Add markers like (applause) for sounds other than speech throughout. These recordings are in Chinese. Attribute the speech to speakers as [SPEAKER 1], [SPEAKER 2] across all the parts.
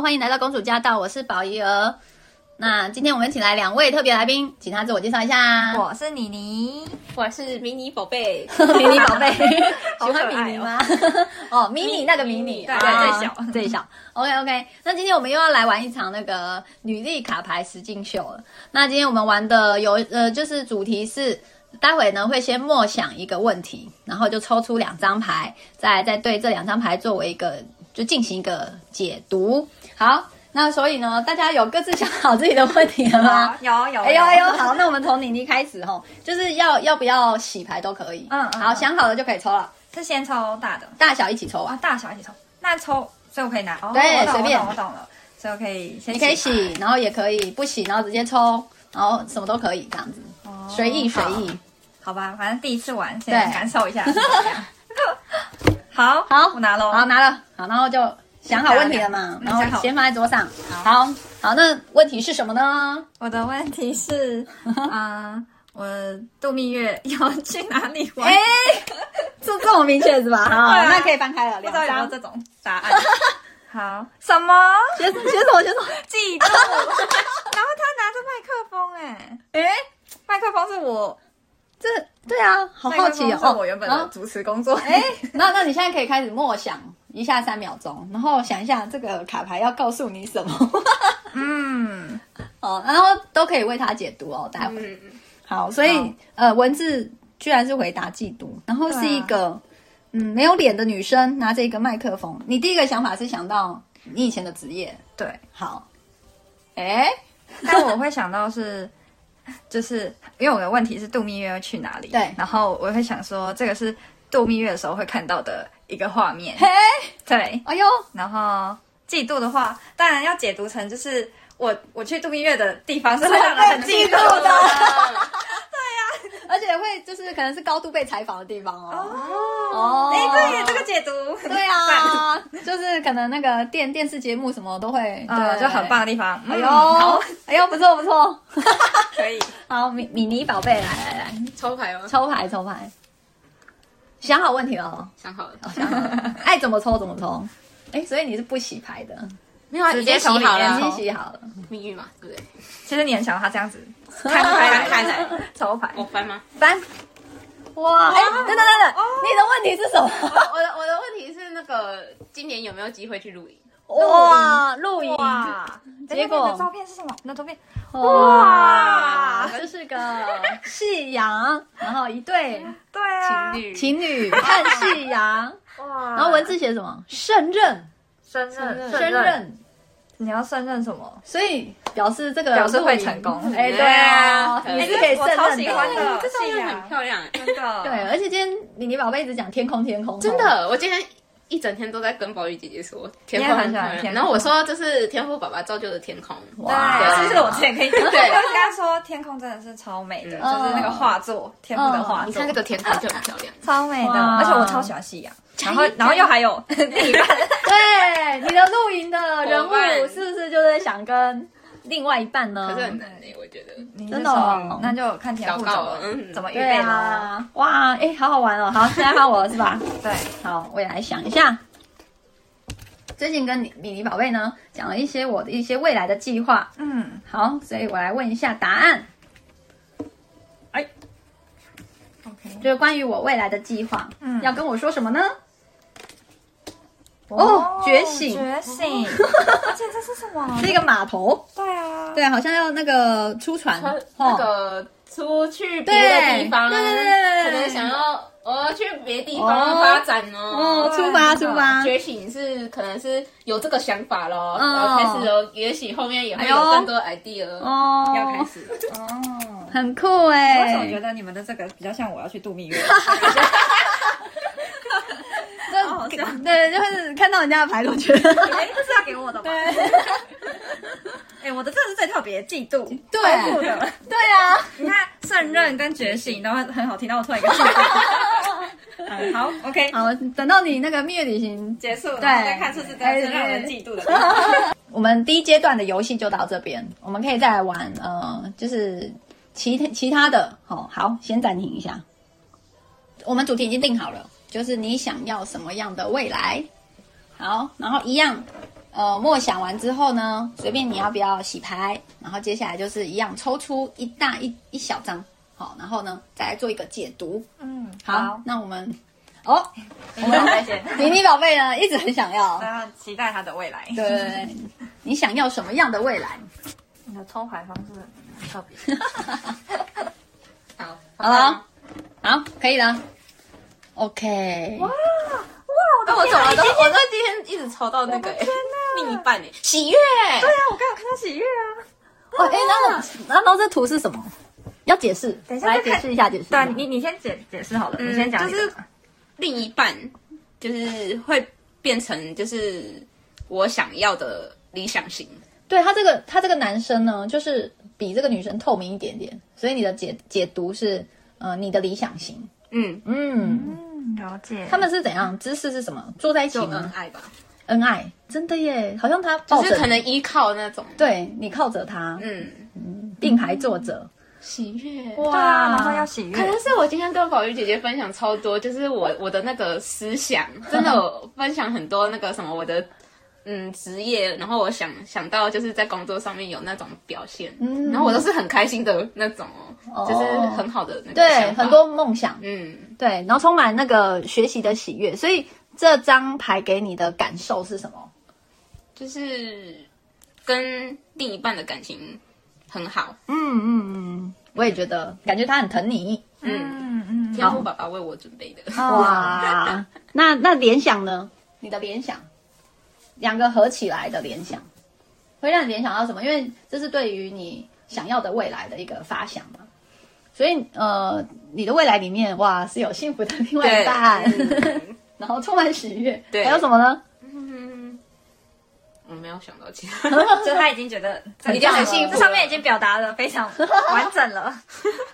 [SPEAKER 1] 欢迎来到公主驾到，我是宝仪儿。那今天我们请来两位特别来宾，请他自我介绍一下。
[SPEAKER 2] 我是妮妮，
[SPEAKER 3] 我是迷你宝贝，
[SPEAKER 1] (laughs) 迷你宝贝，喜
[SPEAKER 3] 好可
[SPEAKER 1] 欢
[SPEAKER 3] 爱哦
[SPEAKER 1] 迷你吗？ (laughs) 哦，迷你那个迷你，
[SPEAKER 3] 对
[SPEAKER 1] 哦
[SPEAKER 3] 对最小
[SPEAKER 1] (laughs) 最小。OK OK，那今天我们又要来玩一场那个女力卡牌实境秀了。那今天我们玩的有呃，就是主题是。待会呢会先默想一个问题，然后就抽出两张牌，再再对这两张牌作为一个就进行一个解读。好，那所以呢，大家有各自想好自己的问题了
[SPEAKER 3] (laughs)
[SPEAKER 1] 吗？
[SPEAKER 2] 有啊有
[SPEAKER 1] 哎呦哎呦，好，那我们从妮妮开始吼，就是要要不要洗牌都可以。
[SPEAKER 2] 嗯嗯
[SPEAKER 1] 好，
[SPEAKER 2] 嗯
[SPEAKER 1] 想好了就可以抽了，
[SPEAKER 2] 是先抽大的
[SPEAKER 1] 大小一起抽啊
[SPEAKER 2] 哇，
[SPEAKER 1] 完。
[SPEAKER 2] 大小一起抽，那抽，所以我可以拿哦，
[SPEAKER 1] 对
[SPEAKER 2] 我懂
[SPEAKER 1] 随便
[SPEAKER 2] 我懂我懂了，所以我可以先
[SPEAKER 1] 你可以洗，然后也可以不洗，然后直接抽，然后什么都可以这样子，
[SPEAKER 2] 哦
[SPEAKER 1] 随意随，
[SPEAKER 2] 好
[SPEAKER 1] 意。
[SPEAKER 2] 好吧，反正第一次玩，先
[SPEAKER 1] 对
[SPEAKER 2] 感受一下。 (laughs) 好
[SPEAKER 1] 好
[SPEAKER 2] 我拿喽，
[SPEAKER 1] 好，拿了，好，然后就想好问题了嘛，
[SPEAKER 2] 嗯
[SPEAKER 1] 然后
[SPEAKER 2] 想好
[SPEAKER 1] 先放在桌上。好好，那问题是什么呢？
[SPEAKER 2] 我的问
[SPEAKER 1] (laughs)
[SPEAKER 2] 题是，嗯，我度蜜月要去哪里玩
[SPEAKER 1] 哎？， (laughs) 是这么明确是吧？好，
[SPEAKER 2] 对啊
[SPEAKER 1] 那可以翻开了，
[SPEAKER 2] 不
[SPEAKER 1] 两
[SPEAKER 2] 知道有没有
[SPEAKER 1] 张。
[SPEAKER 2] 这种答案。好，什么
[SPEAKER 1] 学学什么学什么？
[SPEAKER 2] 嫉妒？ (laughs) 然后他拿着麦克风，哎，
[SPEAKER 1] 哎，
[SPEAKER 2] 麦克风是我
[SPEAKER 1] 这对啊，好好奇
[SPEAKER 2] 麦
[SPEAKER 1] 哦
[SPEAKER 2] 克风。
[SPEAKER 1] 哦
[SPEAKER 2] 是我原本
[SPEAKER 1] 好
[SPEAKER 2] 的主持工作。
[SPEAKER 1] 哎、那那你现在可以开始默想一下三秒钟，然后想一下这个卡牌要告诉你什么
[SPEAKER 2] (laughs) 嗯，
[SPEAKER 1] 哦，然后都可以为他解读哦，待会、
[SPEAKER 3] 嗯，
[SPEAKER 1] 好，所以
[SPEAKER 2] 好
[SPEAKER 1] 呃，文字居然是回答嫉妒，然后是一个、
[SPEAKER 2] 啊
[SPEAKER 1] 嗯没有脸的女生拿着一个麦克风，你第一个想法是想到你以前的职业，
[SPEAKER 2] 对。
[SPEAKER 1] 好，哎、
[SPEAKER 2] 但我会想到是，就是因为我的问题是度蜜月要去哪里？
[SPEAKER 1] 对
[SPEAKER 2] 然后我会想说，这个是度蜜月的时候会看到的一个画面。
[SPEAKER 1] 嘿，
[SPEAKER 2] 对。
[SPEAKER 1] 哎呦，
[SPEAKER 2] 然后嫉妒的话，当然要解读成就是我我去度蜜月的
[SPEAKER 1] (laughs)
[SPEAKER 2] 地方是会让人很
[SPEAKER 1] 是会被
[SPEAKER 2] 嫉
[SPEAKER 1] 嫉妒
[SPEAKER 2] 妒
[SPEAKER 1] 的
[SPEAKER 2] 的。
[SPEAKER 1] 而且会就是可能是高度被采访的地方哦
[SPEAKER 2] 哦，哎、对耶，这个解读，
[SPEAKER 1] (laughs) 对
[SPEAKER 2] 赞， (laughs)
[SPEAKER 1] 啊，就是可能那个电电视节目什么都会，
[SPEAKER 2] 嗯，
[SPEAKER 1] 对，
[SPEAKER 2] 就很棒。的地方。
[SPEAKER 1] 哎
[SPEAKER 2] 嗯
[SPEAKER 1] 呦
[SPEAKER 2] 好，
[SPEAKER 1] 哎呦，不错不错。
[SPEAKER 3] (laughs)
[SPEAKER 2] 可以。
[SPEAKER 1] 好，米米妮宝贝，来来来，
[SPEAKER 3] 抽牌哦吗？
[SPEAKER 1] 抽牌抽牌，想好问题了哦，
[SPEAKER 3] 想好了，
[SPEAKER 1] 想好了，爱怎么抽怎么抽。哎，所以你是不洗牌的，
[SPEAKER 3] 没有啊，
[SPEAKER 2] 直
[SPEAKER 3] 已
[SPEAKER 2] 接
[SPEAKER 3] 经洗嗯
[SPEAKER 2] 从里
[SPEAKER 3] 好
[SPEAKER 2] 面
[SPEAKER 3] 了
[SPEAKER 1] 已经
[SPEAKER 2] 抽
[SPEAKER 3] 啊，
[SPEAKER 1] 洗好了。
[SPEAKER 3] 命运嘛，对不对？
[SPEAKER 2] 其实你很想要他这样子摊开来，
[SPEAKER 3] 摊开
[SPEAKER 2] (laughs)
[SPEAKER 3] 来
[SPEAKER 2] 抽牌。
[SPEAKER 3] 我翻吗？
[SPEAKER 1] 翻，哇，哎，等等等等，你的问题是什么？
[SPEAKER 3] 我的我的问题是那个今年有没有机会去露营？
[SPEAKER 1] 哇，露营，
[SPEAKER 2] 哇！
[SPEAKER 1] 结果
[SPEAKER 2] 哎你的照片是什么？你的照片
[SPEAKER 1] 哇
[SPEAKER 2] 哇，
[SPEAKER 1] 这是个夕阳，然后一对
[SPEAKER 2] 对啊，
[SPEAKER 3] 情侣，
[SPEAKER 1] 情侣看夕阳，
[SPEAKER 2] 哇！
[SPEAKER 1] 然后文字写什么？胜任，
[SPEAKER 2] 胜
[SPEAKER 3] 任
[SPEAKER 1] 胜任，
[SPEAKER 2] 你要胜任什么？
[SPEAKER 1] 所以表示这个
[SPEAKER 2] 表示会
[SPEAKER 1] 露营
[SPEAKER 2] 成功
[SPEAKER 1] 哎，对啊，
[SPEAKER 3] 哎
[SPEAKER 1] 你是可以胜
[SPEAKER 2] 我超
[SPEAKER 1] 任
[SPEAKER 2] 喜欢
[SPEAKER 1] 的。
[SPEAKER 2] 的，啊
[SPEAKER 3] 这照
[SPEAKER 2] 夕
[SPEAKER 3] 片
[SPEAKER 2] 阳
[SPEAKER 3] 很漂亮哎，
[SPEAKER 2] 真的，
[SPEAKER 1] 对，，而且今天妮妮宝贝一直讲天空，天空，
[SPEAKER 3] 真。的，我今天。一整天都在跟宝玉姐姐说天
[SPEAKER 2] 你也
[SPEAKER 3] 空
[SPEAKER 2] 很
[SPEAKER 3] 很
[SPEAKER 2] 喜
[SPEAKER 3] 漂
[SPEAKER 2] 欢
[SPEAKER 3] 亮，
[SPEAKER 2] 天空
[SPEAKER 3] 然后我说这是天赋爸爸造就的天空，
[SPEAKER 1] 哇
[SPEAKER 2] 对，
[SPEAKER 3] 对啊
[SPEAKER 2] 是不是我之前可以？对，
[SPEAKER 3] 对啊
[SPEAKER 2] 我跟他说天空真的是超美的，
[SPEAKER 3] 嗯
[SPEAKER 2] 就是那个画作，天赋的画
[SPEAKER 3] 你
[SPEAKER 2] 作
[SPEAKER 3] 看这，个天空就很漂亮，
[SPEAKER 2] 超美的，
[SPEAKER 1] 哇
[SPEAKER 2] 嗯而且我超喜欢夕阳。然 (laughs) 后，然后又还有另一 (laughs) 半，
[SPEAKER 1] 对，你的露营
[SPEAKER 3] (laughs)
[SPEAKER 1] 的人
[SPEAKER 3] 伙伴
[SPEAKER 1] 物是不是就是想跟另外一半呢？
[SPEAKER 3] 可是很难哎，我觉得。
[SPEAKER 2] 你
[SPEAKER 1] 真
[SPEAKER 2] 那
[SPEAKER 1] 的
[SPEAKER 2] 时
[SPEAKER 1] 哦
[SPEAKER 2] 候 (laughs) 那就看天赋怎
[SPEAKER 3] 祷告
[SPEAKER 2] 么
[SPEAKER 3] 了嗯
[SPEAKER 2] 怎么预
[SPEAKER 1] 对
[SPEAKER 2] 备了。
[SPEAKER 1] 啊，哇，哎，好好玩哦。好，现在换我了是吧？
[SPEAKER 2] 对，啊
[SPEAKER 1] 好，我也来想一下。最近跟米米妮宝贝呢讲了一些我的一些未来的计划，
[SPEAKER 2] 嗯，
[SPEAKER 1] 好，所以我来问一下答案。
[SPEAKER 2] OK，
[SPEAKER 1] 就是关于我未来的计划，
[SPEAKER 2] 嗯
[SPEAKER 1] 要跟我说什么呢？哦觉醒
[SPEAKER 2] 觉 (laughs) 醒，而且这是什么？
[SPEAKER 1] 是一个码头，
[SPEAKER 2] 对啊，
[SPEAKER 1] 对，好像要那个出船，
[SPEAKER 3] 他
[SPEAKER 1] 哦
[SPEAKER 3] 那个出去别的地方，啊
[SPEAKER 1] 对对对对对
[SPEAKER 3] 可能想要呃去别的地
[SPEAKER 1] 哦
[SPEAKER 3] 方发展
[SPEAKER 1] 哦，
[SPEAKER 3] 哦。
[SPEAKER 1] 出发出发，
[SPEAKER 3] 觉醒是可能是有这个想法咯，
[SPEAKER 1] 嗯
[SPEAKER 3] 然后开始有，也许后面也会有
[SPEAKER 1] 哎呦
[SPEAKER 3] 更多 idea
[SPEAKER 1] 哦，
[SPEAKER 3] 要开始了。
[SPEAKER 2] 哦。
[SPEAKER 1] 很酷哎、
[SPEAKER 2] 为什么觉得你们的这个比较像我要去度蜜月？哦好
[SPEAKER 1] 就
[SPEAKER 2] 像
[SPEAKER 1] 对，就是看到人家的牌都觉得，(laughs)
[SPEAKER 2] (laughs) 哎，这是要给我的吧？ (laughs) 哎，我的这是最特别，嫉妒，
[SPEAKER 1] 对
[SPEAKER 2] 超酷的。
[SPEAKER 1] 对啊，
[SPEAKER 2] 你看胜任跟觉醒，然后很好听，到我突然一 (laughs) 个嫉妒嗯好，OK，
[SPEAKER 1] 好，等到你那个蜜月旅行，
[SPEAKER 2] 结束，对哎
[SPEAKER 1] 对
[SPEAKER 2] 再看是不是真的是让人嫉妒的地方。
[SPEAKER 1] 我们第一阶段的游戏就到这边，我们可以再来玩，呃，就是其他其他的，哦，好，先暂停一下。我们主题已经定好了，就是你想要什么样的未来。好，然后一样，呃默想完之后呢，随便你要不要洗牌，然后接下来就是一样抽出一大一一小张，好，然后呢再来做一个解读。
[SPEAKER 2] 嗯，
[SPEAKER 1] 好，，那我们哦，
[SPEAKER 2] (laughs) 我们再见。
[SPEAKER 1] 迷你宝贝呢一直很想要，
[SPEAKER 2] 大家期待他的未来。
[SPEAKER 1] 对，你想要什么样的未来？
[SPEAKER 2] 你的抽牌方式很特别。 (laughs)
[SPEAKER 3] 好，
[SPEAKER 1] 好了，好，可以了。OK，
[SPEAKER 3] 那我怎么都，我在今天一直抽到那个、欸，另一半哎、喜悦，
[SPEAKER 2] 对啊，我刚有看到喜悦啊。
[SPEAKER 1] 哦，哎、那那那这图是什么？要解释，
[SPEAKER 2] 等一下
[SPEAKER 1] 来
[SPEAKER 2] 再
[SPEAKER 1] 解
[SPEAKER 2] 看
[SPEAKER 1] 释一下，解释一
[SPEAKER 2] 对啊
[SPEAKER 1] 下。，
[SPEAKER 2] 你你先解解释好了，
[SPEAKER 3] 嗯
[SPEAKER 2] 你先讲你的。
[SPEAKER 3] 就是另一半就是会变成就是我想要的理想型，
[SPEAKER 1] 对他这个他这个男生呢，就是比这个女生透明一点点，所以你的解解读是，呃，你的理想型。
[SPEAKER 3] 嗯，
[SPEAKER 1] 嗯，
[SPEAKER 2] 嗯，了解。
[SPEAKER 1] 他们是怎样？姿势是什么？坐在一起
[SPEAKER 3] 就恩
[SPEAKER 1] 吗？
[SPEAKER 3] 爱吧，
[SPEAKER 1] 恩爱，真的耶，好像他抱
[SPEAKER 3] 就
[SPEAKER 1] 着
[SPEAKER 3] 是可
[SPEAKER 1] 你，
[SPEAKER 3] 能依靠那种，
[SPEAKER 1] 对你靠着他，
[SPEAKER 3] 嗯，
[SPEAKER 1] 并排坐着，
[SPEAKER 3] 喜悦。
[SPEAKER 2] 对啊，然后要喜
[SPEAKER 3] 可
[SPEAKER 2] 悦。
[SPEAKER 3] 能是我今天跟宝玉姐姐分享超多，就是我我的那个思想，真的有分享很多那个什么我的嗯职业，然后我想想到就是在工作上面有那种表现，
[SPEAKER 1] 嗯
[SPEAKER 3] 然后我都是很开心的那种
[SPEAKER 1] 哦
[SPEAKER 3] 哦，就是很好的那个
[SPEAKER 1] 对，
[SPEAKER 3] 想法
[SPEAKER 1] 很多梦想，
[SPEAKER 3] 嗯
[SPEAKER 1] 对，然后充满那个学习的喜悦。所以这张牌给你的感受是什么？
[SPEAKER 3] 就是跟另一半的感情很好，
[SPEAKER 1] 嗯嗯嗯，我也觉得，感觉他很疼你。
[SPEAKER 3] 嗯，
[SPEAKER 2] 嗯嗯，
[SPEAKER 3] 天赋爸爸为我准备的，
[SPEAKER 1] 哇，那那联想呢？你的联想，两个合起来的联想，会让你联想到什么？因为这是对于你想要的未来的一个发想嘛。所以呃，你的未来里面哇是有幸福的另外一半，
[SPEAKER 3] 嗯
[SPEAKER 1] 然后充满喜悦。
[SPEAKER 3] 对
[SPEAKER 1] 还有什么呢？
[SPEAKER 3] 嗯，我没有想到其他。
[SPEAKER 1] (laughs)
[SPEAKER 2] 就他已经觉得
[SPEAKER 1] 已经很幸福了
[SPEAKER 2] 这上面已经表达的非 (laughs) 常完整了。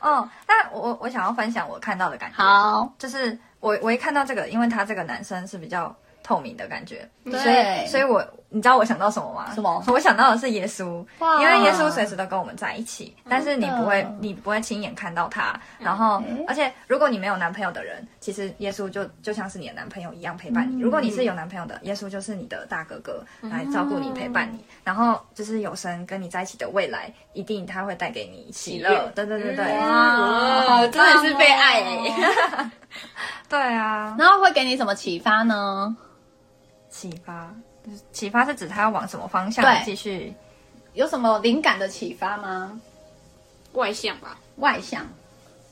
[SPEAKER 2] 哦，那我我想要分享我看到的感觉，
[SPEAKER 1] 好，
[SPEAKER 2] 就是我我一看到这个，因为他这个男生是比较透明的感觉，所
[SPEAKER 1] 对
[SPEAKER 2] 以所以我你知道我想到什么吗？
[SPEAKER 1] 什么
[SPEAKER 2] 我想到的是耶稣，
[SPEAKER 1] 哇
[SPEAKER 2] 因为耶稣随时都跟我们在一起，但是你不会
[SPEAKER 1] 啊真的
[SPEAKER 2] 你不会亲眼看到他，然后
[SPEAKER 1] 嗯
[SPEAKER 2] 而且如果你没有男朋友的人，其实耶稣就就像是你的男朋友一样陪
[SPEAKER 1] 嗯
[SPEAKER 2] 伴你；如果你是有男朋友的，耶稣就是你的大哥哥来照顾你陪伴
[SPEAKER 1] 嗯
[SPEAKER 2] 你，然后就是有神跟你在一起的未来，一定他会带给你喜
[SPEAKER 3] 喜
[SPEAKER 2] 乐
[SPEAKER 3] 乐。
[SPEAKER 2] 对对对对，
[SPEAKER 1] 嗯哇
[SPEAKER 3] 啊
[SPEAKER 1] 哦
[SPEAKER 3] 哇，真的是被爱
[SPEAKER 1] (laughs)
[SPEAKER 3] 哎、
[SPEAKER 1] 好
[SPEAKER 2] 对啊，
[SPEAKER 1] 然后会给你什么启发呢？
[SPEAKER 2] 启发。就是启发是指他要往什么方向
[SPEAKER 1] 对
[SPEAKER 2] 继续
[SPEAKER 1] 有什么灵感的启发吗？
[SPEAKER 3] 外向吧，
[SPEAKER 1] 外向，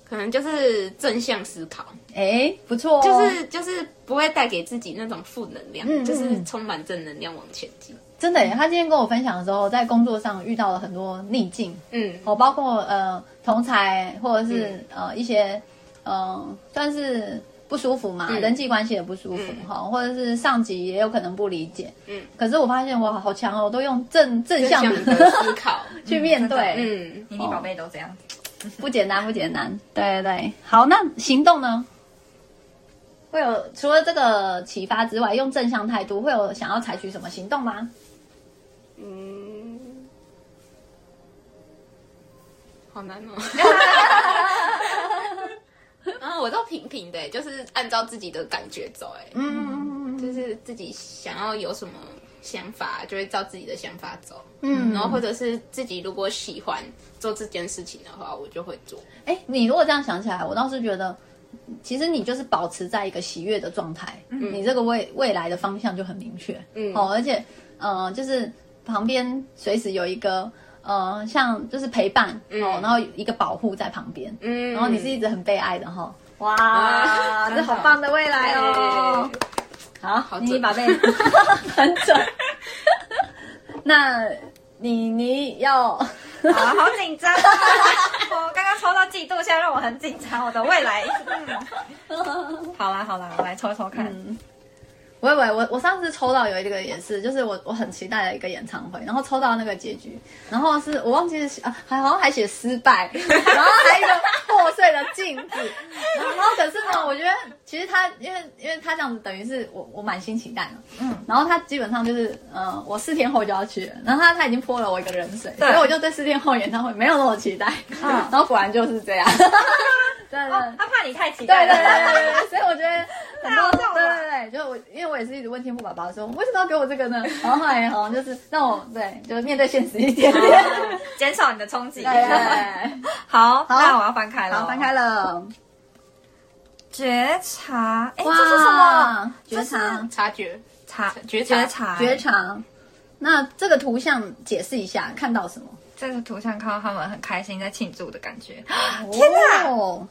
[SPEAKER 3] 可能就是正向思考，
[SPEAKER 1] 哎，不错、哦，
[SPEAKER 3] 就是就是不会带给自己那种负能量，
[SPEAKER 1] 嗯
[SPEAKER 3] 就是充满正能量往前进。
[SPEAKER 1] 真的耶。他今天跟我分享的时候，在工作上遇到了很多逆境，
[SPEAKER 3] 嗯，
[SPEAKER 1] 哦，包括呃同才或者是、
[SPEAKER 3] 嗯
[SPEAKER 1] 呃一些呃算是不舒服嘛，
[SPEAKER 3] 嗯
[SPEAKER 1] 人际关系也不舒服
[SPEAKER 3] 嗯
[SPEAKER 1] 哈、或者是上级也有可能不理解。
[SPEAKER 3] 嗯，
[SPEAKER 1] 可是我发现我好强哦，我都用正正
[SPEAKER 3] 正
[SPEAKER 1] 向
[SPEAKER 3] 向的思考，
[SPEAKER 1] 去面对，
[SPEAKER 2] 真的
[SPEAKER 3] 嗯，
[SPEAKER 1] 哦
[SPEAKER 2] 迷你宝贝都这样子。
[SPEAKER 1] (laughs) 不简单，不简单。对对对，好，那行动呢？会有除了这个启发之外，用正向态度，会有想要采取什么行动吗？
[SPEAKER 3] 嗯，好难哦。 (laughs) 啊，我都平平的，就是按照自己的感觉走，哎，
[SPEAKER 1] 嗯
[SPEAKER 3] 就是自己想要有什么想法，就会照自己的想法走。
[SPEAKER 1] 嗯
[SPEAKER 3] 然后或者是自己如果喜欢做这件事情的话，我就会做。
[SPEAKER 1] 哎、你如果这样想起来，我倒是觉得，其实你就是保持在一个喜悦的状态，你这个未未来的方向就很明确。
[SPEAKER 3] 嗯
[SPEAKER 1] 哦，而且，呃，就是旁边随时有一个，呃，像就是陪伴，哦，然后一个保护在旁边，
[SPEAKER 3] 嗯，
[SPEAKER 1] 然后你是一直很被爱的哈、哇
[SPEAKER 2] 啊
[SPEAKER 3] 哇，
[SPEAKER 1] 这好棒的未来哦！好，
[SPEAKER 3] 好
[SPEAKER 1] 你
[SPEAKER 3] 准
[SPEAKER 1] 宝贝，很准。 (laughs) 那你你要
[SPEAKER 2] 啊，好紧张、啊！我刚刚抽到嫉妒，现在让我很紧张。我的未来，嗯，好啦好啦，我来抽抽
[SPEAKER 1] 嗯
[SPEAKER 2] 看。
[SPEAKER 1] 喂喂，我我上次抽到有一个也是，就是我我很期待的一个演唱会，然后抽到那个结局，然后是我忘记是啊，还好像还写失 (laughs) 败，然后还有一个破碎的镜子，然后可是呢，我觉得其实他因为因为他这样子等于是我我满心期待嘛，嗯，然后他基本上就是呃，我四天后就要去了，然后他他已经泼了我一个冷水，所以我就对四天后演唱会没有那么期待，嗯， (laughs) 然后果然就是这样，对对。 (laughs)
[SPEAKER 2] 哦，他怕你太
[SPEAKER 1] 对
[SPEAKER 2] 期待
[SPEAKER 1] 对
[SPEAKER 2] 了。 (laughs)
[SPEAKER 1] 对对对，所以我觉得很
[SPEAKER 2] 我
[SPEAKER 1] 多
[SPEAKER 2] 懂了
[SPEAKER 1] 对对对，就是我，因为我也是一直问天赋宝宝说，为什么要给我这个
[SPEAKER 2] (laughs)
[SPEAKER 1] 呢？然后后来好像就是让我对，就是面对现实一
[SPEAKER 2] (laughs)
[SPEAKER 1] 点点。
[SPEAKER 2] 减少你的冲击。
[SPEAKER 1] 对对对
[SPEAKER 2] 好，那我要翻开了。哦
[SPEAKER 1] 好，翻开了，
[SPEAKER 2] 觉察，哎，这是什么？
[SPEAKER 1] 觉察，
[SPEAKER 3] 察觉，
[SPEAKER 2] 察
[SPEAKER 3] 觉察
[SPEAKER 2] 觉察
[SPEAKER 1] 觉察。那这个图像解释一下，看到什么？
[SPEAKER 2] 这个图像看到他们很开心在庆祝的感
[SPEAKER 1] (gasps)
[SPEAKER 2] 觉。
[SPEAKER 1] 天哪！哦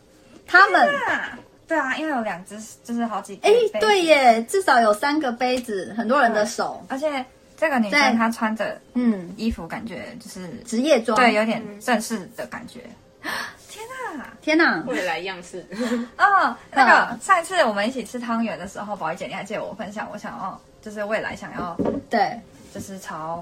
[SPEAKER 1] 他们，
[SPEAKER 2] 啊对啊，因为有两只，就是好几个
[SPEAKER 1] 哎
[SPEAKER 2] 杯子。，
[SPEAKER 1] 对耶，至少有三个杯子，很多人的手，
[SPEAKER 2] 而且这个女
[SPEAKER 1] 在
[SPEAKER 2] 生她穿着
[SPEAKER 1] 嗯，
[SPEAKER 2] 衣服，感觉就是
[SPEAKER 1] 职业装，
[SPEAKER 2] 对，有点正式的感觉。天哪、
[SPEAKER 1] 天哪！
[SPEAKER 2] 嗯
[SPEAKER 3] 未来样
[SPEAKER 2] (laughs)
[SPEAKER 3] 式，
[SPEAKER 2] 哦，那个
[SPEAKER 1] 嗯
[SPEAKER 2] 上次我们一起吃汤圆的时候，宝仪姐你还记得我分享，我想要就是未来想要
[SPEAKER 1] 对，
[SPEAKER 2] 就是朝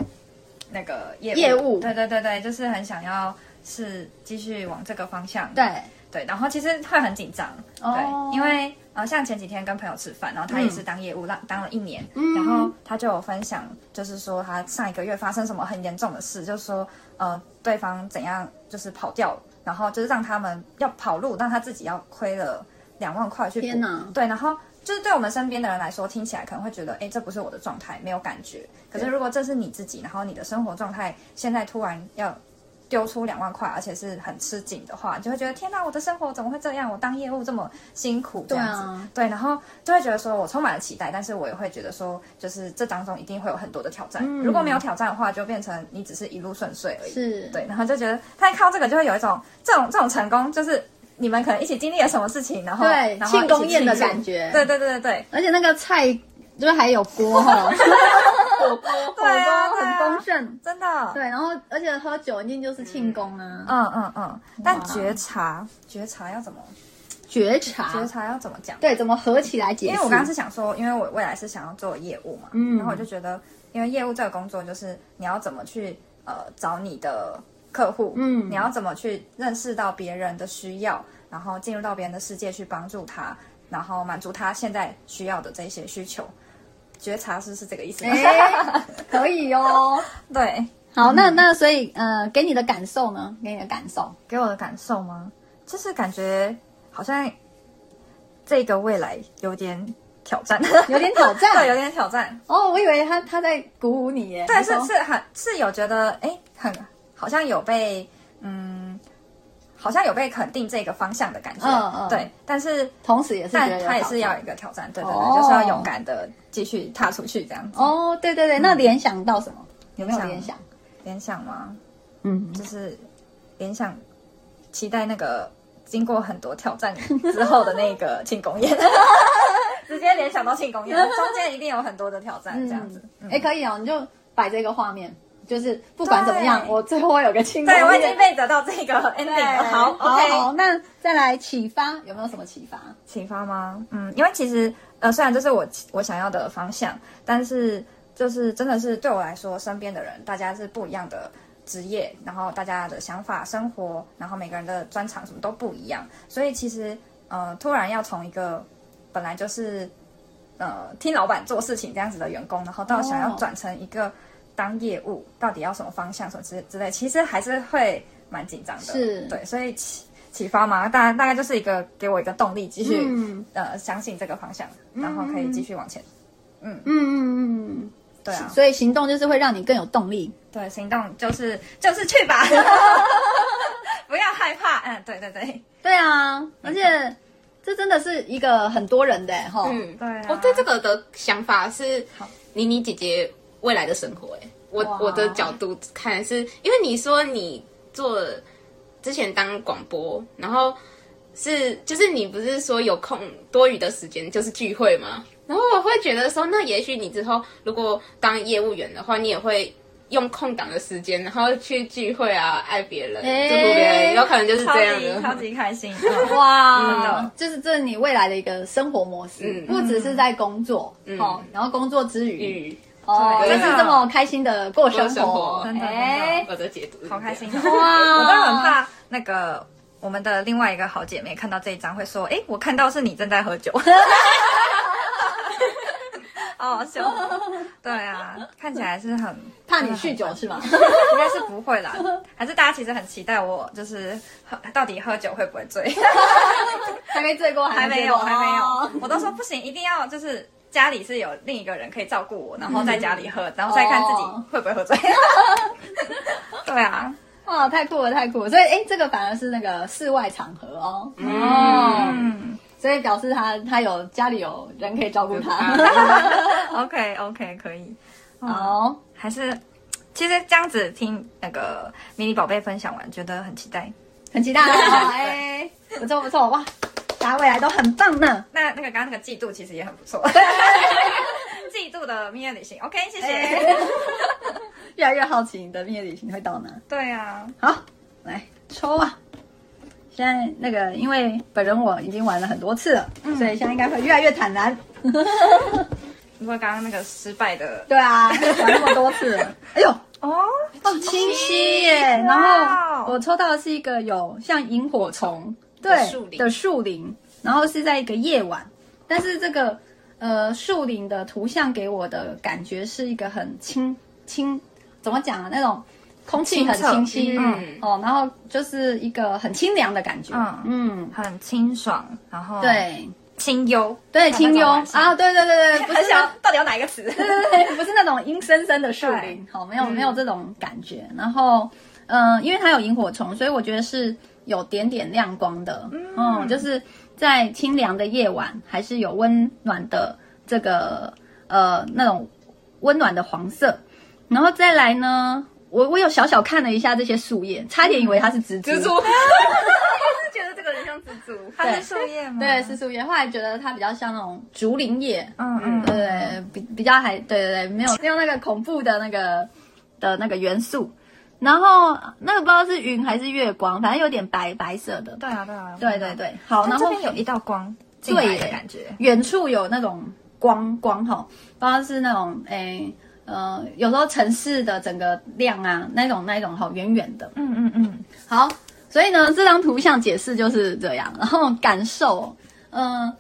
[SPEAKER 2] 那个业
[SPEAKER 1] 业务
[SPEAKER 2] 对对对对，就是很想要是继续往这个方向，
[SPEAKER 1] 对，
[SPEAKER 2] 对，然后其实会很紧张，
[SPEAKER 1] 哦嗯
[SPEAKER 2] 对，因为呃像前几天跟朋友吃饭，然后他也是当业务当、当了一年，然后他就有分享，就是说他上一个月发生什么很严重的事，就是说呃对方怎样就是跑掉了，然后就是让他们要跑路，让他自己要亏了两万块去补
[SPEAKER 1] 天哪
[SPEAKER 2] 对，然后。就是对我们身边的人来说，听起来可能会觉得，哎，这不是我的状态，没有感觉。可是如果这是你自己，然后你的生活状态现在突然要丢出两万块，而且是很吃紧的话，你就会觉得天哪，我的生活怎么会这样？我当业务这么辛苦，这样子，
[SPEAKER 1] 对啊
[SPEAKER 2] 对，然后就会觉得说我充满了期待，但是我也会觉得说，就是这当中一定会有很多的挑战。
[SPEAKER 1] 嗯
[SPEAKER 2] 如果没有挑战的话，就变成你只是一路顺遂而已。
[SPEAKER 1] 是，
[SPEAKER 2] 对，然后就觉得他看到这个就会有一种这种这种成功，就是你们可能一起经历了什么事情，然后
[SPEAKER 1] 对
[SPEAKER 2] 然后一起
[SPEAKER 1] 庆功宴的
[SPEAKER 2] 庆祝
[SPEAKER 1] 感觉
[SPEAKER 2] 对对对对对，
[SPEAKER 1] 而且那个菜就是还有锅哈，
[SPEAKER 3] 火锅
[SPEAKER 1] (laughs) 火
[SPEAKER 2] 对啊
[SPEAKER 1] 锅
[SPEAKER 2] 对
[SPEAKER 1] 很
[SPEAKER 2] 啊
[SPEAKER 1] 丰盛。
[SPEAKER 2] 真的，
[SPEAKER 1] 对，然啊后而且喝酒一定就是庆功啊，
[SPEAKER 2] 嗯嗯嗯，但觉察觉察要怎么
[SPEAKER 1] 觉察，
[SPEAKER 2] 觉察要怎么讲？
[SPEAKER 1] 对，怎么合起来解释？
[SPEAKER 2] 因为我刚刚是想说，因为我未来是想要做业务嘛，
[SPEAKER 1] 嗯
[SPEAKER 2] 然后我就觉得，因为业务这个工作就是你要怎么去呃找你的客户，
[SPEAKER 1] 嗯
[SPEAKER 2] 你要怎么去认识到别人的需要，然后进入到别人的世界去帮助他，然后满足他现在需要的这些需求。觉察是不是这个意思？
[SPEAKER 1] 哎， (laughs) 可以哦。
[SPEAKER 2] (laughs) 对，
[SPEAKER 1] 好，那那所以呃，给你的感受呢？给你的感受，
[SPEAKER 2] 给我的感受吗？就是感觉好像这个未来有点挑战，
[SPEAKER 1] 有点挑战
[SPEAKER 2] (laughs) 对，有点挑战。
[SPEAKER 1] 哦，我以为他他在鼓舞你耶，
[SPEAKER 2] 对，是
[SPEAKER 1] 他说
[SPEAKER 2] 是很是有觉得哎、诶很好像有被嗯，好像有被肯定这个方向的感觉。
[SPEAKER 1] 嗯嗯
[SPEAKER 2] 对，但是
[SPEAKER 1] 同时也是觉
[SPEAKER 2] 但
[SPEAKER 1] 得有
[SPEAKER 2] 他也
[SPEAKER 1] 挑
[SPEAKER 2] 是
[SPEAKER 1] 战
[SPEAKER 2] 要有一个挑战，对对对，
[SPEAKER 1] 哦
[SPEAKER 2] 就是要勇敢的继续踏出去这样子。
[SPEAKER 1] 哦，对对对，那联想到什么？有没有
[SPEAKER 2] 想
[SPEAKER 1] 联想？
[SPEAKER 2] 联想吗？
[SPEAKER 1] 嗯，
[SPEAKER 2] 就是联想，期待那个经过很多挑战之后的那个庆
[SPEAKER 1] (laughs)
[SPEAKER 2] 功宴。直接联想到庆功宴，中间一定有很多的挑战，这样子。嗯
[SPEAKER 1] 哎、可以哦，你就摆这个画面，就是不管怎么样，
[SPEAKER 2] 对
[SPEAKER 1] 我最后会有个庆功
[SPEAKER 2] 对，我已
[SPEAKER 1] 宴
[SPEAKER 2] 经。被得到这个 ending 了。好，OK，
[SPEAKER 1] 好，那再来启发，有没有什么启发？
[SPEAKER 2] 启发吗？嗯，因为其实呃，虽然这是我我想要的方向，但是就是真的是对我来说，身边的人大家是不一样的职业，然后大家的想法、生活，然后每个人的专长什么都不一样，所以其实呃，突然要从一个本来就是呃听老板做事情这样子的员工，然后到想要
[SPEAKER 1] 哦
[SPEAKER 2] 转成一个当业务，到底要什么方向什么之之类，其实还是会蛮紧张的。
[SPEAKER 1] 是
[SPEAKER 2] 对，所以启启发嘛，大大概就是一个给我一个动力，继续、
[SPEAKER 1] 嗯
[SPEAKER 2] 呃相信这个方向，
[SPEAKER 3] 嗯
[SPEAKER 2] 然后可以继续往前。
[SPEAKER 1] 嗯嗯嗯
[SPEAKER 2] 对啊
[SPEAKER 1] 嗯，，所以行动就是会让你更有动力。
[SPEAKER 2] 对，行动就是 (laughs) 就是去
[SPEAKER 3] (laughs)
[SPEAKER 2] 吧，不要害怕。嗯，对对对，
[SPEAKER 1] 对啊，而且这真的是一个很多人的哈。吼
[SPEAKER 3] 嗯，
[SPEAKER 2] 对啊
[SPEAKER 3] 我对这个的想法是
[SPEAKER 2] 好
[SPEAKER 3] 妮妮姐姐未来的生活、欸，我
[SPEAKER 1] 哇
[SPEAKER 3] 我的角度看是，因为你说你做之前当广播，然后是就是你不是说有空多余的时间就是聚会吗？然后我会觉得说，那也许你之后如果当业务员的话，你也会。用空档的时间，然后去聚会啊，爱别人，祝
[SPEAKER 1] 欸
[SPEAKER 3] 福别人，有可能就是
[SPEAKER 2] 超
[SPEAKER 3] 这样
[SPEAKER 2] 级
[SPEAKER 3] 的。
[SPEAKER 2] 哎超级开
[SPEAKER 3] (laughs)
[SPEAKER 2] 心。嗯真
[SPEAKER 1] 哇
[SPEAKER 2] 的，
[SPEAKER 1] 就是这是你未来的一个生活模式，
[SPEAKER 3] 嗯
[SPEAKER 1] 不只是在工作哦，然后工作之余
[SPEAKER 3] 嗯，
[SPEAKER 1] 哦，就
[SPEAKER 2] 对
[SPEAKER 1] 是这么开心的过生
[SPEAKER 3] 生活
[SPEAKER 1] 活，
[SPEAKER 2] 真的
[SPEAKER 1] 哎，
[SPEAKER 3] 我的解读是这样，
[SPEAKER 2] 好开心、哦
[SPEAKER 1] 哇
[SPEAKER 2] 我真的很怕那个我们的另外一个好姐妹
[SPEAKER 3] (laughs)
[SPEAKER 2] 看到这一张会说：“哎、我看到是你正在喝酒。”好好笑。对啊，看起来是很
[SPEAKER 1] 怕你酗酒是吗？
[SPEAKER 2] 应该是不 (laughs) 会啦，还是大家其实很期待我，就是喝到底喝酒会不会 (laughs) 醉？
[SPEAKER 1] 还没醉过，
[SPEAKER 2] 还
[SPEAKER 1] 没
[SPEAKER 2] 没有，
[SPEAKER 1] 醉过
[SPEAKER 2] 还没
[SPEAKER 1] 哦
[SPEAKER 2] 有，我都说不行，一定要就是家里是有另一个人可以照顾我，然后在家里喝，然后再看自己会不会喝醉。 (laughs) 对啊，
[SPEAKER 1] 哇，哦太酷了，太酷了！所以，哎，这个反而是那个室外场合哦，哦，
[SPEAKER 2] 嗯
[SPEAKER 1] 所以表示他他有家里有人可以照顾他。
[SPEAKER 2] ，OK OK，可以，
[SPEAKER 1] (laughs)
[SPEAKER 2] 嗯
[SPEAKER 1] 好，
[SPEAKER 2] 还是。其实这样子听那个迷你宝贝分享完，觉得很期待。
[SPEAKER 1] 很期待
[SPEAKER 2] (laughs)
[SPEAKER 1] 哦，哎， (laughs) 不错不错，哇，大家未来都很棒呢。
[SPEAKER 2] 那那个刚刚那个季度其实也很不 (laughs) 错，季度的蜜月旅行，OK，谢
[SPEAKER 1] 哎
[SPEAKER 2] 谢。
[SPEAKER 1] (laughs) 越来越好奇你的蜜月旅行会到哪？
[SPEAKER 2] 对啊，
[SPEAKER 1] 好，来抽啊！现在那个，因为本人我已经玩了很多次了，
[SPEAKER 2] 嗯
[SPEAKER 1] 所以现在应该会越来越坦然。
[SPEAKER 2] 不过刚刚那个失败的
[SPEAKER 1] 对啊， (laughs) 玩那么多次了，哎呦，
[SPEAKER 2] 哦，
[SPEAKER 1] 哦，清晰耶！然
[SPEAKER 2] 哇哦
[SPEAKER 1] 后我抽到的是一个有像萤火虫
[SPEAKER 3] 的
[SPEAKER 1] 对
[SPEAKER 3] 树林
[SPEAKER 1] 的树林，然后是在一个夜晚，但是这个呃树林的图像给我的感觉是一个很清清怎么讲啊那种空气很清新，
[SPEAKER 3] 清澈嗯
[SPEAKER 1] 哦，然后就是一个很清凉的感觉，
[SPEAKER 2] 嗯哦
[SPEAKER 1] 嗯，
[SPEAKER 2] 很清爽，然后
[SPEAKER 1] 对
[SPEAKER 2] 清 (laughs) 幽，
[SPEAKER 1] 对，清幽
[SPEAKER 2] 晚上
[SPEAKER 1] 啊，对对对对，不是
[SPEAKER 2] 很想要到底要哪一个 (laughs) 词？
[SPEAKER 1] 对，不是那种阴森森的树林
[SPEAKER 2] 对，
[SPEAKER 1] 好，没有没有这种感觉。然后，嗯、因为它有萤火虫，所以我觉得是有点点亮光的，嗯，就是在清凉的夜晚，还是有温暖的这个呃那种温暖的黄色。然后再来呢，我我有小小看了一下这些树叶，差点以为它是蜘蛛，
[SPEAKER 3] 蜘蛛，
[SPEAKER 2] 觉得这个人像蜘蛛，
[SPEAKER 1] 对
[SPEAKER 2] 它是树叶吗？
[SPEAKER 1] 对，是树叶。后来觉得它比较像那种竹林叶，
[SPEAKER 2] 嗯嗯，嗯，
[SPEAKER 1] 对，比比较还对对对，没有没有那个恐怖的那个的那个元素。然后那个不知道是云还是月光，反正有点白白色的。
[SPEAKER 2] 对啊对啊，
[SPEAKER 1] 对对对，好，
[SPEAKER 2] 它
[SPEAKER 1] 然
[SPEAKER 2] 这
[SPEAKER 1] 后
[SPEAKER 2] 边有一道光进来的感觉，
[SPEAKER 1] 远处有那种光光吼，不知道是那种诶呃，有时候城市的整个亮啊，那种那种吼远远的。
[SPEAKER 2] 嗯嗯嗯，
[SPEAKER 1] 好，所以呢，这张图像解释就是这样。然后感受，嗯、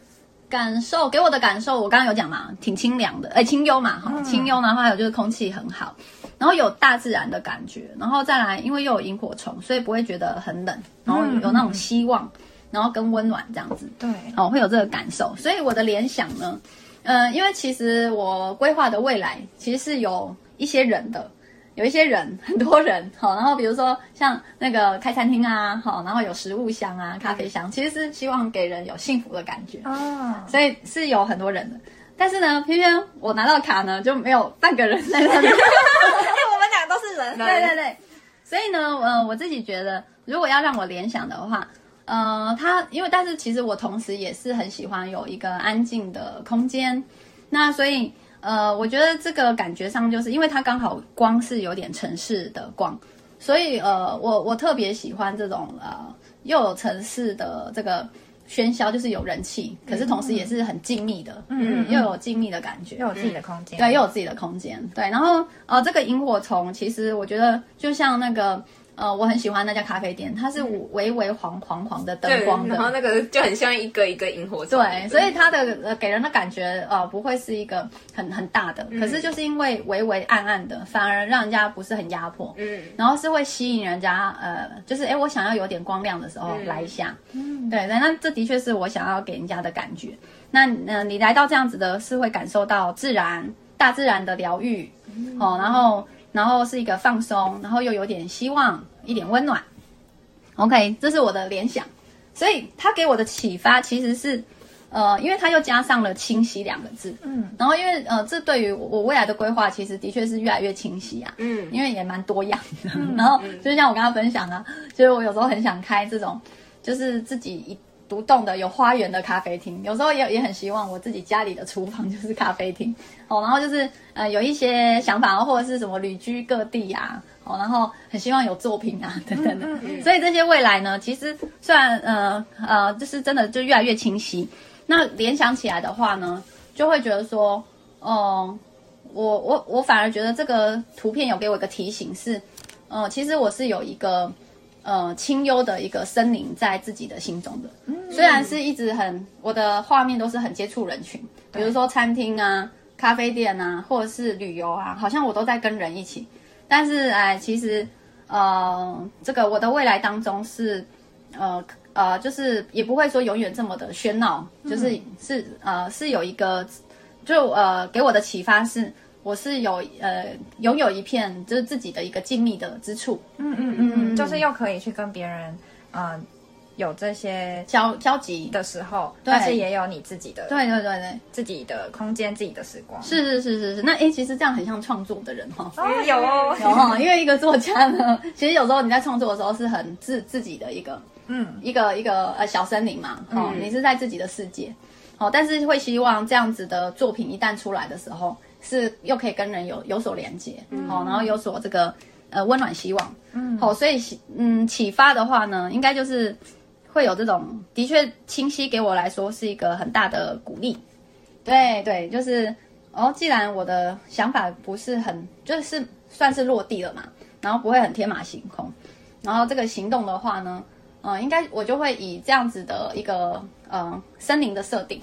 [SPEAKER 1] 感受给我的感受，我刚刚有讲嘛，挺清凉的，哎、清幽嘛，哈，清幽。然后还有就是空气很好，然后有大自然的感觉，然后再来，因为又有萤火虫，所以不会觉得很冷，然后有那种希望，然后跟温暖这样子。
[SPEAKER 2] 对，
[SPEAKER 1] 哦，会有这个感受。所以我的联想呢，呃，因为其实我规划的未来其实是有一些人的，有一些人，很多人，好、然后比如说像那个开餐厅啊，好、然后有食物香啊、咖啡香，其实是希望给人有幸福的感觉，
[SPEAKER 2] 哦，
[SPEAKER 1] 所以是有很多人的。但是呢，偏偏我拿到卡呢，就没有半个人在那里。
[SPEAKER 2] 哎，我们俩都是人，
[SPEAKER 1] 对对对，所以呢，呃，我自己觉得，如果要让我联想的话，呃，它因为但是其实我同时也是很喜欢有一个安静的空间，那所以呃，我觉得这个感觉上就是因为它刚好光是有点城市的光，所以呃，我我特别喜欢这种呃又有城市的这个。喧嚣就是有人气，可是同时也是很静谧的，嗯，又有静谧的感觉，
[SPEAKER 2] 又有自己的空间，
[SPEAKER 1] 对，又有自己的空间。对，然后呃，这个萤火虫其实我觉得就像那个呃，我很喜欢那家咖啡店，它是微微黄黄黄的灯
[SPEAKER 3] (laughs) 对，
[SPEAKER 1] 光的，
[SPEAKER 3] 然后那个就很像一个一个萤火虫，
[SPEAKER 1] 对，所以它的呃给人的感觉呃不会是一个很很大的，
[SPEAKER 3] 嗯
[SPEAKER 1] 可是就是因为微微暗暗的，反而让人家不是很压迫，
[SPEAKER 3] 嗯，
[SPEAKER 1] 然后是会吸引人家呃，就是哎我想要有点光亮的时候
[SPEAKER 3] 嗯
[SPEAKER 1] 来一下，嗯，对，那那这的确是我想要给人家的感觉。那呃你来到这样子的是会感受到自然大自然的疗愈，哦，然后然后是一个放松，然后又有点希望，一点温暖。OK，这是我的联想，所以他给我的启发其实是，呃，因为他又加上了清晰两个字，
[SPEAKER 2] 嗯，
[SPEAKER 1] 然后因为呃，这对于我我未来的规划其实的确是越来越清晰啊，
[SPEAKER 3] 嗯
[SPEAKER 1] 因为也蛮多样的。然后就像我跟他分享啊，就是我有时候很想开这种，就是自己一独栋的有花园的咖啡厅，有时候也也很希望我自己家里的厨房 (laughs) 就是咖啡厅哦。然后就是呃有一些想法啊，或者是什么旅居各地啊，哦，然后很希望有作品啊 (laughs) 等等的。所以这些未来呢，其实虽然呃呃，就是真的就越来越清晰。那联想起来的话呢，就会觉得说，哦、我我我反而觉得这个图片有给我一个提醒是，呃，其实我是有一个呃清幽的一个森林在自己的心中的，虽然是一直很我的画面都是很接触人群，比如说餐厅啊，咖啡店啊，或者是旅游啊，好像我都在跟人一起。但是哎，其实呃，这个我的未来当中是呃呃，就是也不会说永远这么的喧闹，就是、是呃是有一个，就呃给我的启发是。我是有呃拥有一片就是自己的一个静谧的之处，
[SPEAKER 2] 嗯嗯嗯，就是又可以去跟别人，嗯，有这些
[SPEAKER 1] 交交集
[SPEAKER 2] 的时候，但是也有你自己的
[SPEAKER 1] 对对对对，
[SPEAKER 2] 自己的空间、自己的时光。
[SPEAKER 1] 是是是是是。那诶，其实这样很像创作的人哈、
[SPEAKER 2] 哦，有哦，
[SPEAKER 1] 有哈，因为一个作家呢，其实有时候你在创作的时候是很自自己的一个
[SPEAKER 2] 嗯，
[SPEAKER 1] 一个一个呃小森林嘛，哦，
[SPEAKER 3] 嗯
[SPEAKER 1] 你是在自己的世界，哦，但是会希望这样子的作品一旦出来的时候，是又可以跟人有有所连接，哦，然后有所这个呃温暖希望，嗯，哦，所以启嗯启发的话呢，应该就是会有这种，的确清晰给我来说是一个很大的鼓励，对对，就是哦，既然我的想法不是很就是算是落地了嘛，然后不会很天马行空，然后这个行动的话呢。嗯，应该我就会以这样子的一个呃森林的设定，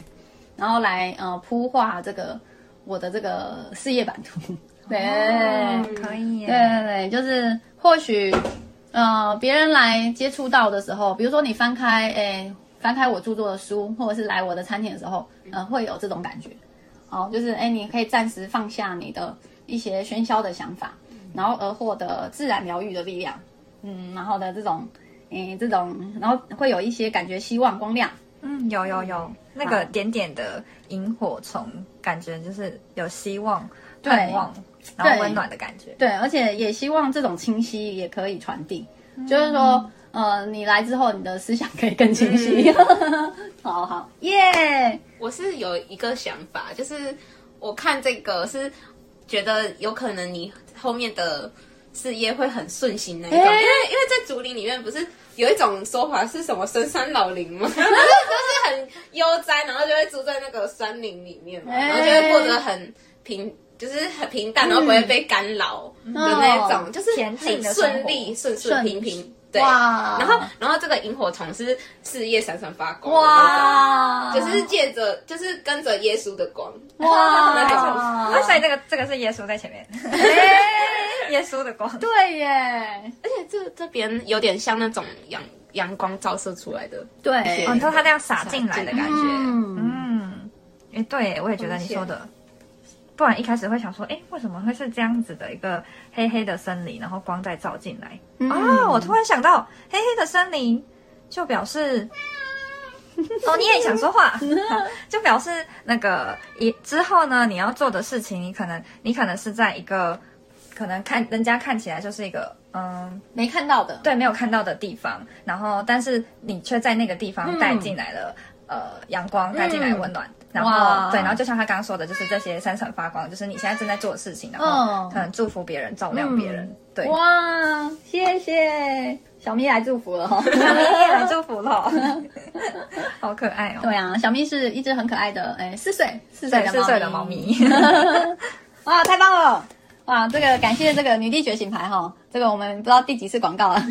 [SPEAKER 1] 然后来呃铺画这个我的这个事业版图。 (laughs) 对、
[SPEAKER 2] 哦可以耶，
[SPEAKER 1] 对对对，就是或许呃别人来接触到的时候，比如说你翻开诶翻开我著作的书，或者是来我的餐厅的时候，呃会有这种感觉。哦，就是诶你可以暂时放下你的一些喧嚣的想法，然后而获得自然疗愈的力量。嗯，然后的这种。诶，这种，然后会有一些感觉希望光亮，
[SPEAKER 2] 嗯，有有有，那个点点的萤火虫，感觉就是有希望、盼望，然后温暖的感觉。
[SPEAKER 1] 对，而且也希望这种清晰也可以传递，就是说，呃，你来之后，你的思想可以更清晰。 (laughs) 好好，耶、
[SPEAKER 3] 我是有一个想法，就是我看这个是觉得有可能你后面的事业会很顺心那一种，
[SPEAKER 1] 欸
[SPEAKER 3] 因为因为在竹林里面不是有一种说法是什么深山老林吗？就是就是很悠哉，然后就会住在那个山林里面嘛，
[SPEAKER 1] 欸
[SPEAKER 3] 然后就会过得很平。就是很平淡，然后不会被干扰的那种，
[SPEAKER 1] 哦
[SPEAKER 3] 就是
[SPEAKER 2] 恬静的生
[SPEAKER 3] 很顺
[SPEAKER 2] 活
[SPEAKER 3] 利、顺顺平平。对，
[SPEAKER 1] 哇
[SPEAKER 3] 然后然后这个萤火虫是事业闪闪发光的那种。
[SPEAKER 1] 哇，
[SPEAKER 3] 就是借着，就是跟着耶稣的光，那
[SPEAKER 1] 哇，
[SPEAKER 3] 种
[SPEAKER 2] 那所以这个这个是耶稣在前面，耶稣的光。
[SPEAKER 1] (laughs) 对耶，
[SPEAKER 3] 而且这这边有点像那种阳阳光照射出来的，
[SPEAKER 1] 对
[SPEAKER 2] 哦，你说它这样洒进来的感觉，
[SPEAKER 1] 嗯，
[SPEAKER 2] 嗯，哎，对，我也觉得你说的。不然一开始会想说，哎，为什么会是这样子的一个黑黑的森林，然后光再照进来？哦，
[SPEAKER 1] 嗯
[SPEAKER 2] 我突然想到，黑黑的森林就
[SPEAKER 1] (laughs)
[SPEAKER 2] 表示，哦，你也想说话，
[SPEAKER 1] 嗯
[SPEAKER 2] 好就表示那个一之后呢，你要做的事情，你可能你可能是在一个可能看人家看起来就是一个嗯，
[SPEAKER 1] 没看到的，
[SPEAKER 2] 对，没有看到的地方，然后但是你却在那个地方带进来了、呃阳光，带进来温暖。
[SPEAKER 1] 嗯
[SPEAKER 2] 然
[SPEAKER 1] 哇
[SPEAKER 2] 后对，然后就像他刚刚说的，就是这些闪闪发光，就是你现在正在做的事情，然后
[SPEAKER 1] 嗯
[SPEAKER 2] 可能祝福别人，照亮别人。
[SPEAKER 1] 嗯
[SPEAKER 2] 对，
[SPEAKER 1] 哇，谢谢小咪来祝福了
[SPEAKER 2] (laughs)
[SPEAKER 1] 哈。 (laughs)
[SPEAKER 2] 小咪也来祝福了，好可爱哦！ (laughs)
[SPEAKER 1] 对啊，小咪是一只很可爱的，哎，四岁，四岁
[SPEAKER 2] 对，
[SPEAKER 1] 的
[SPEAKER 2] 四岁的猫咪， (laughs)
[SPEAKER 1] 哇，太棒了！哇，这个感谢这个女帝觉醒牌哈，这个我们不知道第几次广告了。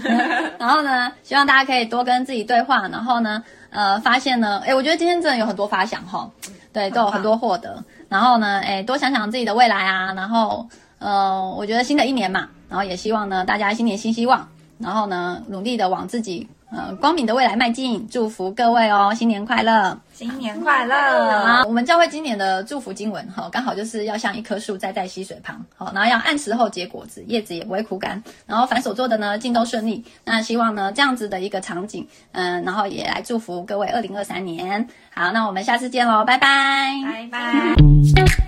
[SPEAKER 1] 然后呢，希望大家可以多跟自己对话，然后呢，呃，发现呢，哎，我觉得今天真的有很多发想哈，对，都有很多获得。然后呢，哎，多想想自己的未来啊，然后，呃，我觉得新的一年嘛，然后也希望呢，大家新年新希望，然后呢，努力的往自己呃光明的未来迈进，祝福各位哦，新年快乐！
[SPEAKER 2] 新年
[SPEAKER 1] 啊
[SPEAKER 2] 快乐！，
[SPEAKER 1] 我们教会今年的祝福经文哈，刚好就是要像一棵树栽在溪水旁，好，然后要按时候结果子，叶子也不会枯干，然后凡所做的呢，尽都顺利。那希望呢这样子的一个场景，嗯，然后也来祝福各位二零二三年。好，那我们下次见喽，拜拜
[SPEAKER 2] 拜拜。